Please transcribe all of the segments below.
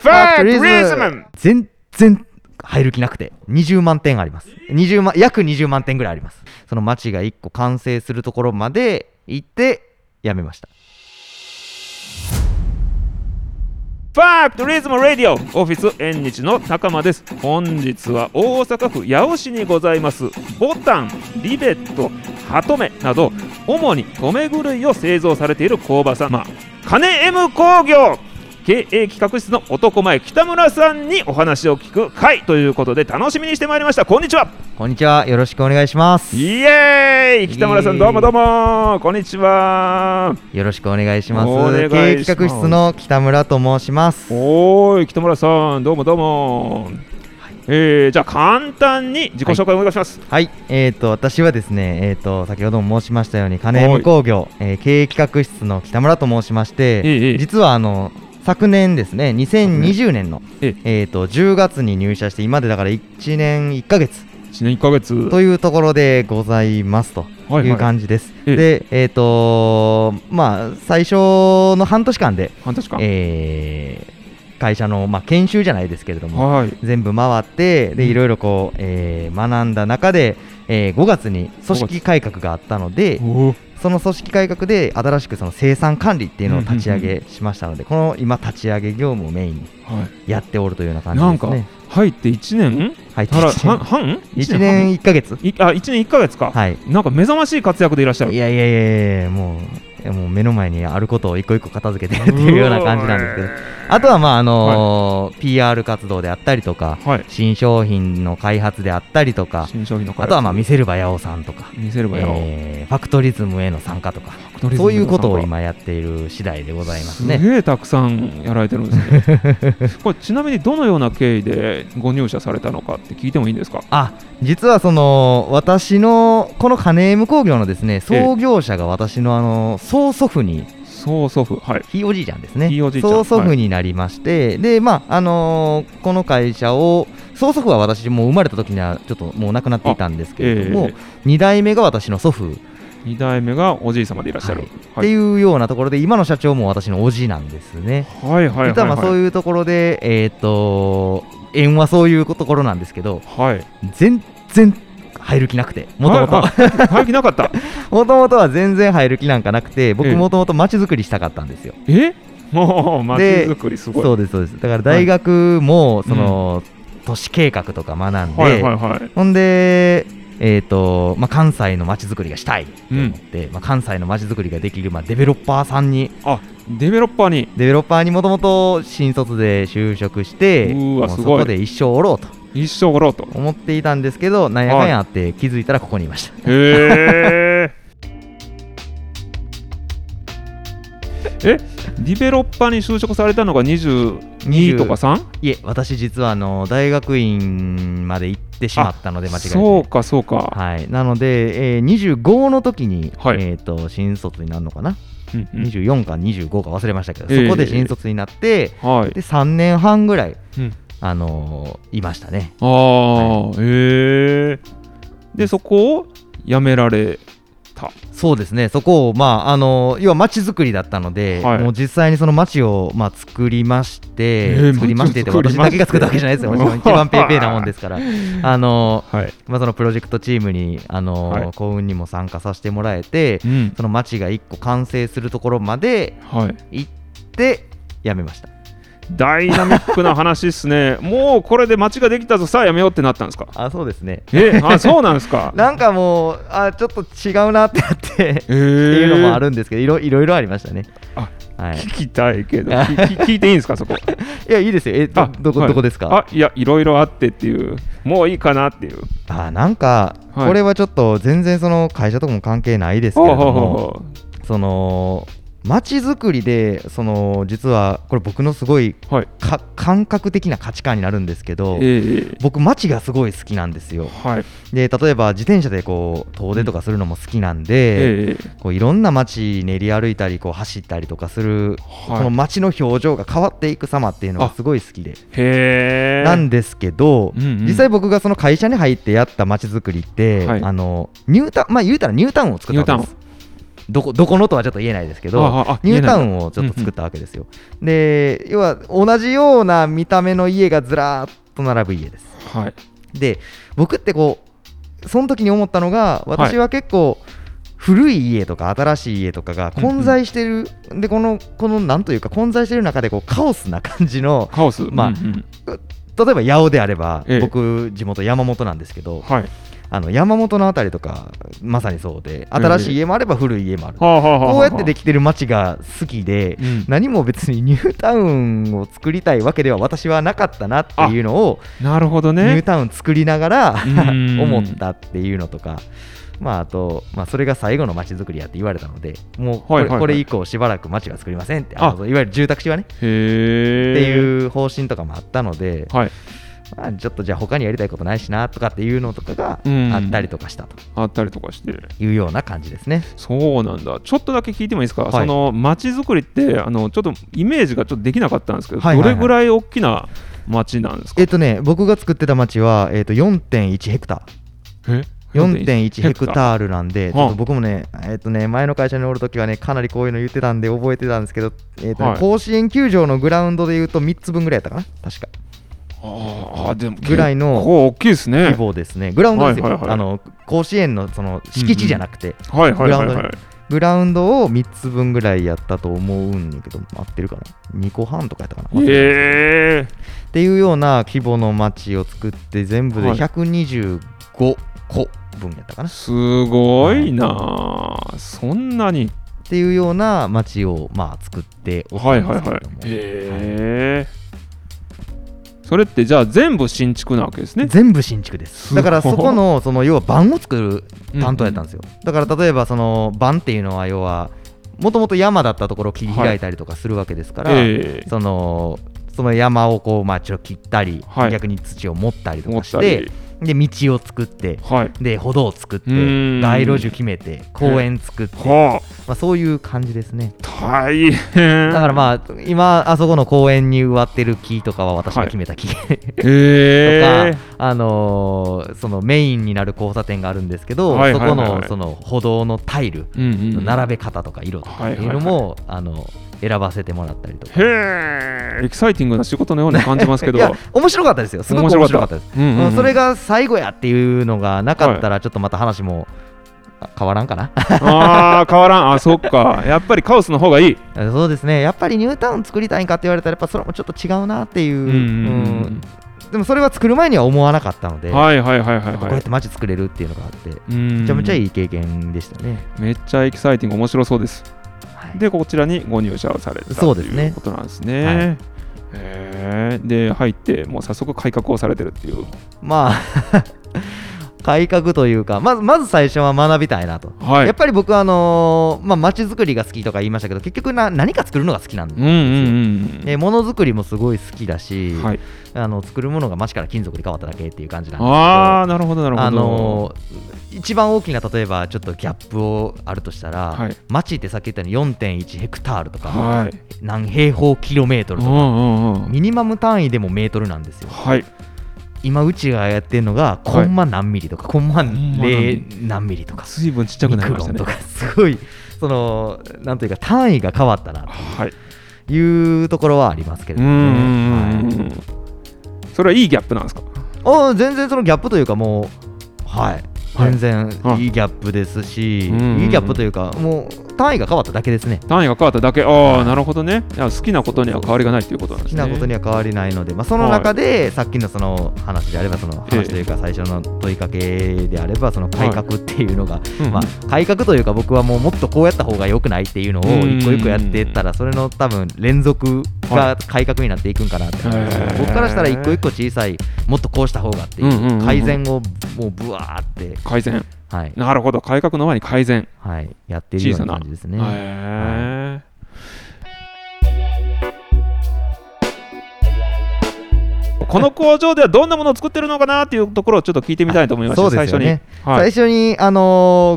グリズグリム全然入る気なくて20万点あります20万約20万点ぐらいありますその街が1個完成するところまで行ってやめましたファークトリズムラディオオフィス縁日の仲間です本日は大阪府八尾市にございますボタンリベットハトメなど主に米狂いを製造されている工場様金 M 工業経営企画室の男前北村さんにお話を聞く会ということで楽しみにしてまいりましたこんにちはこんにちはよろしくお願いしますイエーイ北村さんどうもどうもこんにちはよろしくお願いしますお願いします経営企画室の北村と申しますおーい北村さんどうもどうも、えー、じゃあ簡単に自己紹介お願いします、はい、えー、と私はですね、えー、と先ほども申しましたように金 M 工業、えー経営企画室の北村と申しましえて、えええ実はあの昨年ですね2020年の、ええー、と10月に入社して今までだから1年1ヶ月1年1ヶ月というところでございますとはいはいいう感じです、ええでえっ、とまあ最初の半年間で、半年間、えー会社の、まあ、研修じゃないですけれども、はい全部回ってでいろいろこう、えー学んだ中で、え5月に組織改革があったのでおーその組織改革で新しくその生産管理っていうのを立ち上うんげしましたのでこの今立ち上げ業務をメインにはやっておるというような感い、じなんですかね。入って1年はい、たら半1半一年半1ヶ月いあ一年1ヶ月か、はいなんか目覚ましい活躍でいらっしゃるいやいやいやいやもういやもう目の前にあることを一個一個片付けてるっていうような感じなんです けどあとはまああのー PR 活動であったりとかどはい新商品の開発であったりとか新商品の開発あとはまあ見せるばやおさんとか、見せればやろう、えーファクトリズムへの参加とか、ファクトリズムそういうことをの参今やっている次第でございま加すすね。げえたくさんやられてるんですねこれちなみにどのような経緯でご入社されたのかって聞いてもいいんですかあ実はその私のこのカネーム工業のですね創業者が私のあの曽祖父に曽祖父はいひいおじいちゃんですねひいおじいちゃん曽祖父になりまして、でまああのーこの会社を曽祖父は私もう生まれた時にはちょっともう亡くなっていたんですけれども、え2代目が私の祖父2代目がおじい様でいらっしゃる、っていうようなところで今の社長も私のおじいなんですね。はいはいはいはい実はまあそうういうところで、えー、と縁はそういうところなんですけどはい全然入る気なくてもともとああ入気なか ったもともとは全然入る気なんかなくて僕ええもともと街づくりしたかったんですよ、えもう街づくりすごいそうですそうですだから大学もその、都市計画とか学んで、はいはいはいほんでえーとまあ、関西の街づくりがしたいと思って、まあ、関西の街づくりができる、まあ、デベロッパーさんにあデベロッパーにデベロッパーにもともと新卒で就職してうーわもうすそごいこで一生おろうと一生おろうと思っていたんですけどなんやかんやあって気づいたらここにいました、へえ えディベロッパーに就職されたのが22 20とか 3? い、え私実はあの大学院まで行ってしまったので間違えてそうかそうか、はい、なので、えー、25の時に、はいえー、と新卒になるのかな、うんうん24か25か忘れましたけど、ええそこで新卒になって、はいで3年半ぐらい、うんあのーいましたねああ、へえでそこを辞められそうですねそこをまああのー要は街づくりだったので、はいもう実際にその街を、まあ、作りまして、えー作りましてって街を作り私ましだてけが作ったわけじゃ ないですよもちろん一番ペーペーなもんですから あのはい、ーまあ、そのプロジェクトチームに、あのーはい幸運にも参加させてもらえてうんその街が1個完成するところまではい、行ってやめましたダイナミックな話です ねもうこれで街ができたぞさあやめようってなったんですかあそうですねえあそうなんですか なんかもうあちょっと違うなってなってえっていうのもあるるんですけど、いろいろいろありましたね。あはい、聞きたいけど聞聞聞いていいんですかそこいや、いいですよ。え、どあどこ、はいどこですかあいやいろいろあってっていうもういいかなっていうあなんか、はいこれはちょっと全然その会社とかも関係ないですけれども、その、街づくりで、その、実は、これ僕のすごい、はいか感覚的な価値観になるんですけど、え僕、街がすごい好きなんですよえ。はいで、例えば自転車でこう、遠出とかするのも好きなんで、ええこういろんな街練り歩いたり、こう走ったりとかするこのはい街の表情が変わっていく様っていうのがすごい好きでへえなんですけど、うんうん実際僕がその会社に入ってやった街づくりって、はいあのニュータウンまあ言うたらニュータウンを作ったんですどこどこのとはちょっと言えないですけあど、ああニュータウ見えないンをちょっと作ったわけですよ。で、要は同じような見た目の家がずらーっと並ぶ家です。はいで、僕ってこう、その時に思ったのが、私は結構、古い家とか新しい家とかが混在してる、でこのこのなんというか混在してる中でこうカオスな感じのカオスまあうんうん例えば八尾であれば、ええ僕地元山本なんですけど、はいあの山本のあたりとかまさにそうで新しい家もあれば古い家もある、はあはあはあはあこうやってできてる街が好きで、うん何も別にニュータウンを作りたいわけでは私はなかったなっていうのを、なるほどニューねタウン作りながらーん思ったっていうのとか。まあ、あと、まあ、それが最後の街づくりやって言われたので、もうこはいはいれ,、はいこれ以降しばらく街は作りませんって、あのいわゆる住宅地はへね、っえてういう方針とかもあったので、はいまあ、ちょっとじゃあ他にやりたいことないしなとかっていうのとかがうんあったりとかしたとあったりとかしていうような感じですね。そうなんだちょっとだけ聞いてもいいですか、はいその街づくりってあのちょっとイメージがちょっとできなかったんですけど、はいはいはいどれぐらい大きな街なんですかえっとね、僕が作ってた町は、えっと4.1ヘクタール。え4.1ヘクータールなんで、んちょっと僕もね、えっとね、前の会社におるときはね、かなりこういうの言ってたんで覚えてたんですけど、えっとねはい甲子園球場のグラウンドで言うと3つ分ぐらいやったかな、確か。ああでもぐらいの結構大きいですね規模ですね。グラウンドですよ。はいはいはいあの甲子園のその敷地じゃなくて、はいはいはいグラウンはドいグラウンドを3つ分ぐらいやったと思うんだけど、合ってるかな ?2 個半とかやったかな、ええっていうような規模の町を作って、全部ではい125個分やったかな、すごいなあそんなにっていうような町をまあ作っておっはたいんはいですけはいれども、へえそれってじゃあ全部新築なわけですね全部新築ですす。ごいだからそこの、その要は盤を作る担当やったんですよ。だから例えば、その盤っていうのは、要は、もともと山だったところを切り開いたりとかするわけですから、ええそのその山をこう、まあ、ちょっと切ったり、はい逆に土を持ったりと思かっしたてりで道を作ってはいで歩道を作ってうーん街路樹決めて公園作って、まはああ、そういう感じですね大変だからまあ今あそこの公園に植わってる木とかは私が決めた木、へえとか、あのーそのメインになる交差点があるんですけど、はいはいはいはいそこのその歩道のタイルうんうんの並べ方とか色とかっていうのも、あの選ばせてもらったりとかへえエキサイティングな仕事のように感じますけどいや面白かったですよすごく面白かったですうんうんうんうんそれが最後やっていうのがなかったら、ちょっとまた話もあ変わらんかな。あー変わらんあそっかやっぱりカオスの方がいい そうですね、やっぱりニュータウン作りたいんかって言われたら、やっぱそれもちょっと違うなっていう、ううんでもそれは作る前には思わなかったので、はいはいはいはいこうやはっいて街作れるっていうのがあって、めめちゃめちゃいいい経験でしたね。めっちゃエキサイティング面白そうですはいでこちらにご入社をされたそうとですいねうことなんですはいねへーで入ってもう早速改革をされてるっていうまあ 改革というかまずまず最初は学びたいなと、はいやっぱり僕はあのーまあ、街づくりが好きとか言いましたけど結局な何か作るのが好きなんですうんよ、うんでものづくりもすごい好きだし、うんはいあの作るものが町から金属に変わっただけっていう感じなんですけどああなるほどなるほどあの一番大きな例えばちょっとギャップをあるとしたら、はい町ってさっき言ったように4.1ヘクタールとか、はい何平方キロメートうんルうとか、んうんミニマム単位でもメートルなんですよはい今うちがやってるのがコンマ何ミリとか、コンマ0何ミリとか随分ちっちゃくミなりクましロたンねとかすごいそのなんというか単位が変わったなはいというところはありますけれうどんうんもうんうね、んそれはいいギャップなんですかはい、あ全然そのギャップというかもうはいはい全然はいいいギャップですし、うんうんうんいいギャップというかもう単位が変わっただけですね単位が変わっただけああなるほどねいや好きなことには変わりがないということなん好できすねなことには変わりないので、まあ、そはのい中で、さっきのその話であればそのええ話というか最初の問いかけであればその改革っていうのが、うんうん まあ、改革というか僕はもうもっとこうやった方が良くないっていうのをうん一個一個やっていったらそれの多分連続が改革になっていくんかなって感じですね、へえ僕からしたら一個一個小さいもっとこうした方がっていうんうんうんううん改善をもうブワーって、改善はいなるほど改革の前に改善はい、やってるような感じですね。へえこの工場ではどんなものを作ってるのかなっていうところをちょっと聞いてみたいと思いました、そうですよね最初に。はい、最初に、あの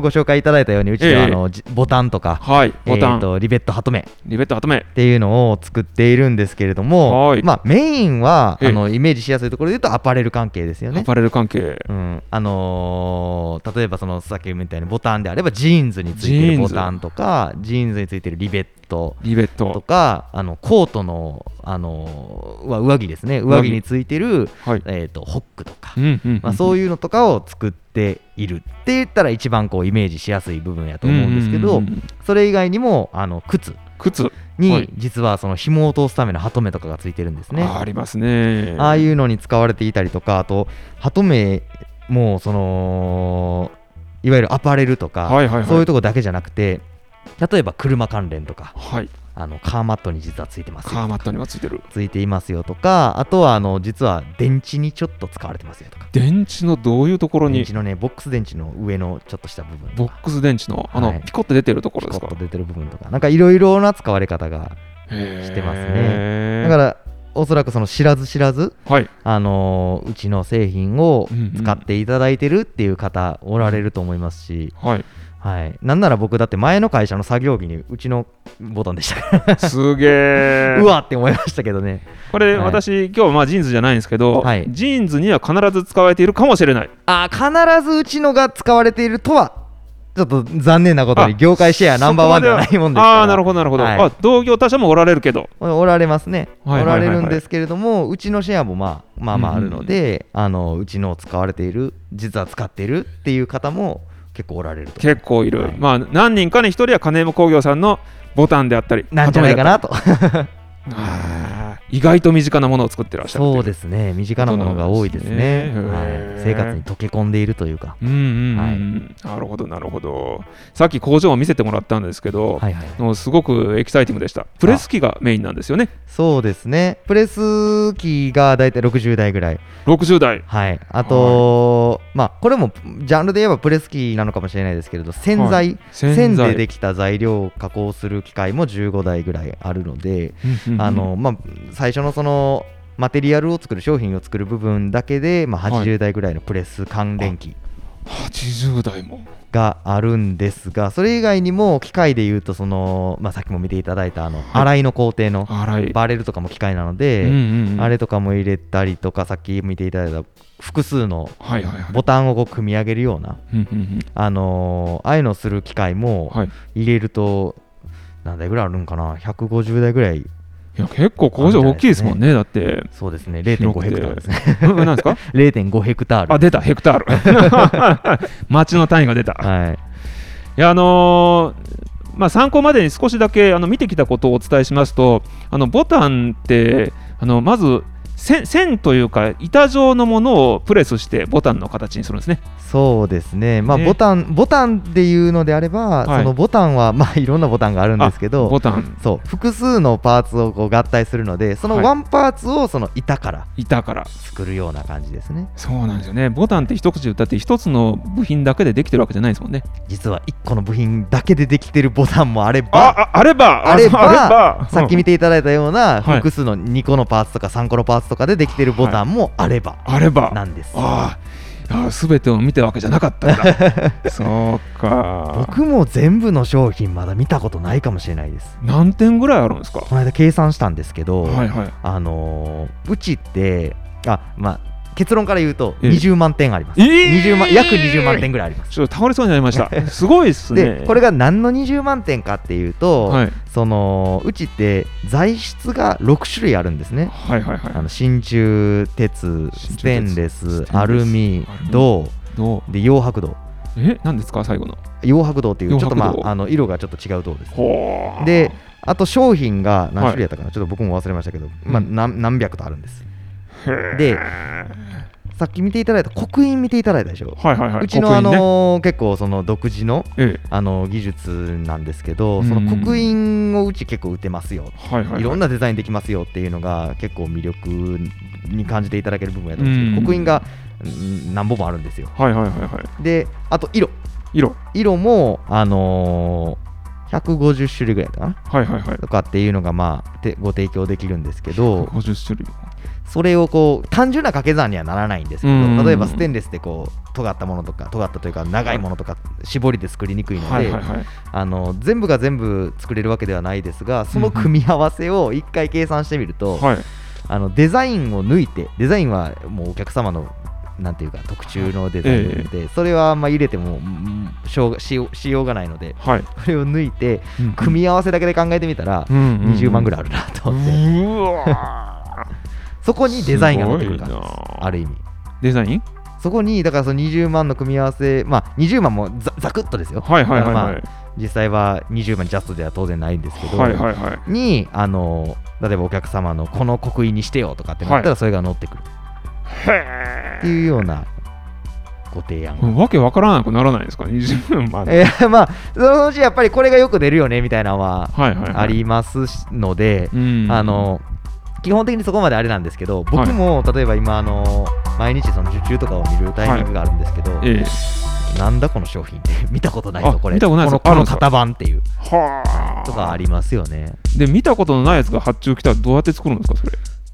ーご紹介いただいたようにうちでは、ええあのじボタンとか、はい、ボタえーン、とリベットハトメリベットハめっていうのを作っているんですけれども、はいまあ、メインは、ええあのイメージしやすいところで言うとアパレル関係ですよアね。パレル関係。うんあのー例えばそのさっきみたいにボタンであればジーンズについてジーるンボズタンとかジーンズについてるリベットリベッとト。かあのコートの、あのーは上着ですね上上着着についてる、はい。えー、とホックとかう、んうん、まあ、そういいうのとかを作っているって言ったら一番こうイメージしやすい部分やと思うんですけど、それ以外にもあの靴靴、はにい実はその紐を通すためのハトメとかがついてるんですね。ありますね。ああいうのに使われていたりとかあとハトメもそのいわゆるアパレルとか、はいはいはい。そういうとこだけじゃなくて例えば車関連とかはい。あのカーマットに実はついてますカーよマットにはついてる。ついていますよとかあとはあの実は電池にちょっと使われてますよとか電池のどういうところ電に池のねボックス電池の上のちょっとした部分とボかックス電池のあの、はいピコって出てるところでピすコかッと出てる部分とかなんかいろいろな使われ方がしてますねだね、かららおそらくその知らず知らずはい、あのーうちの製品をうんうん使っていただいてるっていう方おられると思いますし、はい、はい、なんなら僕だって前の会社の作業着にうちのボタンでしたかすげら、え うわって思いましたけどねこれ、はい私今日まあジーンズじゃないんですけど、はいジーンズには必ず使われているかもしれないあー必ずうちのが使われているとはちょっと残念なことにあ業界シェアナンバーワンではないもんですからああーなるほどなるほど、はいあ同業他社もおられるけどおられますね、はいはいはいはいおられるんですけれどもうちのシェアもまあまあまああるので、あのうちのを使われている実は使っているっていう方も結構おられると結構いる、はいまあ何人かに一人は金山工業さんのボタンであったりなんじゃないかハなとトメだったりあー意外と身近なものを作ってらっしゃるそうですね身近なものが多いですねそうなんですねはへい、ー生活に溶け込んでいるというかうんうん、うんなるほどなるほどさっき工場を見せてもらったんですけど、はいはいはいもうすごくエキサイティングでしたプレス機がメインなんですよねそうですねプレス機がだいたい60代ぐらい60代はいあと、まあこれもジャンルで言えばプレス機なのかもしれないですけれど洗剤、はい洗剤線でできた材料を加工する機械も15台ぐらいあるので、うんうんうんあのまあ、最初のそのマテリアルを作る商品を作る部分だけで、まあ、はい80台ぐらいのプレス関連機80代もがあるんですがそれ以外にも機械でいうとその、まあ、さっきも見ていただいたあの洗いの工程の荒いバレルとかも機械なのうんで、うんうんあれとかも入れたりとかさっき見ていただいた複数のはいはいはいボタンをこう組み上げるような、うんうんうんあのーああいうのをする機械もはい、い入れると何台ぐらいあるんかな150台ぐらいや結構工場大きいですもんねだ ってそうですね広0.5くヘてクタールですね うん何ですか0.5ヘクタールあ出たヘクタール町の単位が出た、い、はいやあのーまあ、参考までに少しだけあの見てきたことをお伝えしますとあのボタンってあのまず線線というか板状のものをプレスしてボタンの形にするんですね。そうですねまあねボタンボタンっていうのであれば、はいそのボタンはまあいろんなボタンがあるんですけボどタンそう複数のパーツをこう合体するのでそのはいワンパーツをその板から板から作るような感じですねそうなんですよねボタンって一口で歌って一つの部品だけでできてるわけじゃないですもんね。実は1個の部品だけでできてるボタンもあれあばああればあればさっきて、見ていただいたようなはい複数の2個のパーツとか3個のパーツとかでできてるボタンもあればあればなんですああすべてを見たわけじゃなかったんだそうか僕も全部の商品まだ見たことないかもしれないです何点ぐらいあるんですかこの間計算したんですけど、はいはいあのーうちってあまあ結論から言うとええ20万点あります、えー20万約20万点ぐらいありますちょっと倒れそうになりました すごいですねでこれが何の20万点かっていうと、はい、そのうちって材質が6種類あるんですねはいはいはいあの真鍮鉄鉄ステンレステンスレスアルミアルミ銅どうで洋白銅え何ですか最後の洋白銅っていうちょっとま洋白銅ああの色がちょっと違う銅ですほーであと商品が何種類やったかな、ちょっと僕も忘れましたけど、まあ、うん何何百とあるんですへーではさっき見ていただいた刻印見ていただいたでしょ、いはいはいうちの、刻あ印ねのー結構その独自の、えあのー技術なんですけどうんその刻印をうち結構打てますよえはいはいはいいろんななデザインできますよっていうのが結構魅力に感じていただける部分やと思うんですけうんど刻印がうん何本もあるんですよはいはいはいはいであと色色色もあのー150種類ぐらいかなはいはいはいとかっていうのがまあてご提供できるるんですけど50種類それをこう単純な掛け算にはならないんですけうんど例えばステンレスでこう尖ったものとか尖ったというか長いものとか絞りで作りにくいので、はいはいはいあの全部が全部作れるわけではないですがその組み合わせを一回計算してみると、はいあのデザインを抜いてデザインはもうお客様のなんていうか特注のデザインなので、それはあんま入れてもうんしょうがしようしようがないのではいこれを抜いて組み合わせだけで考えてみたら20 20万ぐらいいあるなとう思って、わそこにデザインが乗ってくる感じですすごいなある意味ーデザインそこにだからその20万の組み合わせまあ20万もざざくっとですよはいはいはいはまあい実際は20万ジャストでは当然ないんですけど、はいはいはいにあの例えばお客様のこの刻印にしてよとかってなったはらそれが乗ってくるへっていうようなご提案が、ーわけわからなくならないですか20万 いや まあそのうちやっぱりこれがよく出るよねみたいなのははいはいはいありますしので、うんあの基本的にそこまであれなんですけど僕も例えば今あの毎日その受注とかを見るタイミングがあるんですけど、ええなんだこの商品って見たことないぞあこれ見たことないこぞのあこるんのですか型番っていうはとかあありますよねで見たことのないやつが発注来たらどうやって作るんですかそれ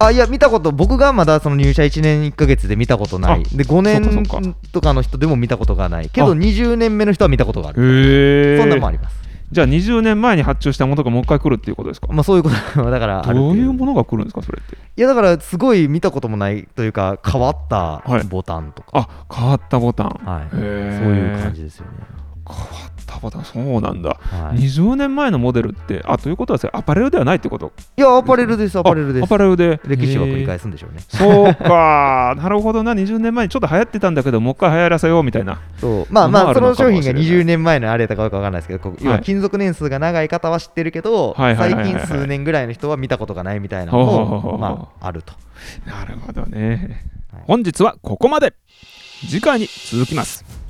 あいや見たこと僕がまだその入社1年1ヶ月で見たことないあで5そっかそ年とかの人でも見たことがないけどあ20年目の人は見たことがあるへえそんなのもあります、じゃあ20年前に発注したものがもう一回来るっていうことですかまあ、そういうことだからあるどうっていういものが来るんですかそれってやだからすごい見たこともないというか変わったはいボタンとか、あ変わったボタンはいへえそういう感じですよね、変わったボタンそうなんだはい、い20年前のモデルってあということはそれアパレルではないってことやアパレルですアパレルであすアパレルで歴史は繰り返すすんでしょうねそうかなるほどな20年前にちょっと流行ってたんだけどもう一回流行らせようみたいなそうまあままああその商品あがるのかもしれない20年前のあれだかどうかわかんないですけどこう要ははい金属年数が長い方は知ってるけど、はいはいはいはい最近数年ぐらいの人は見たことがないみたいなほのうほうほうほもうまああるとなるほどねはい本日はここまで次回に続きます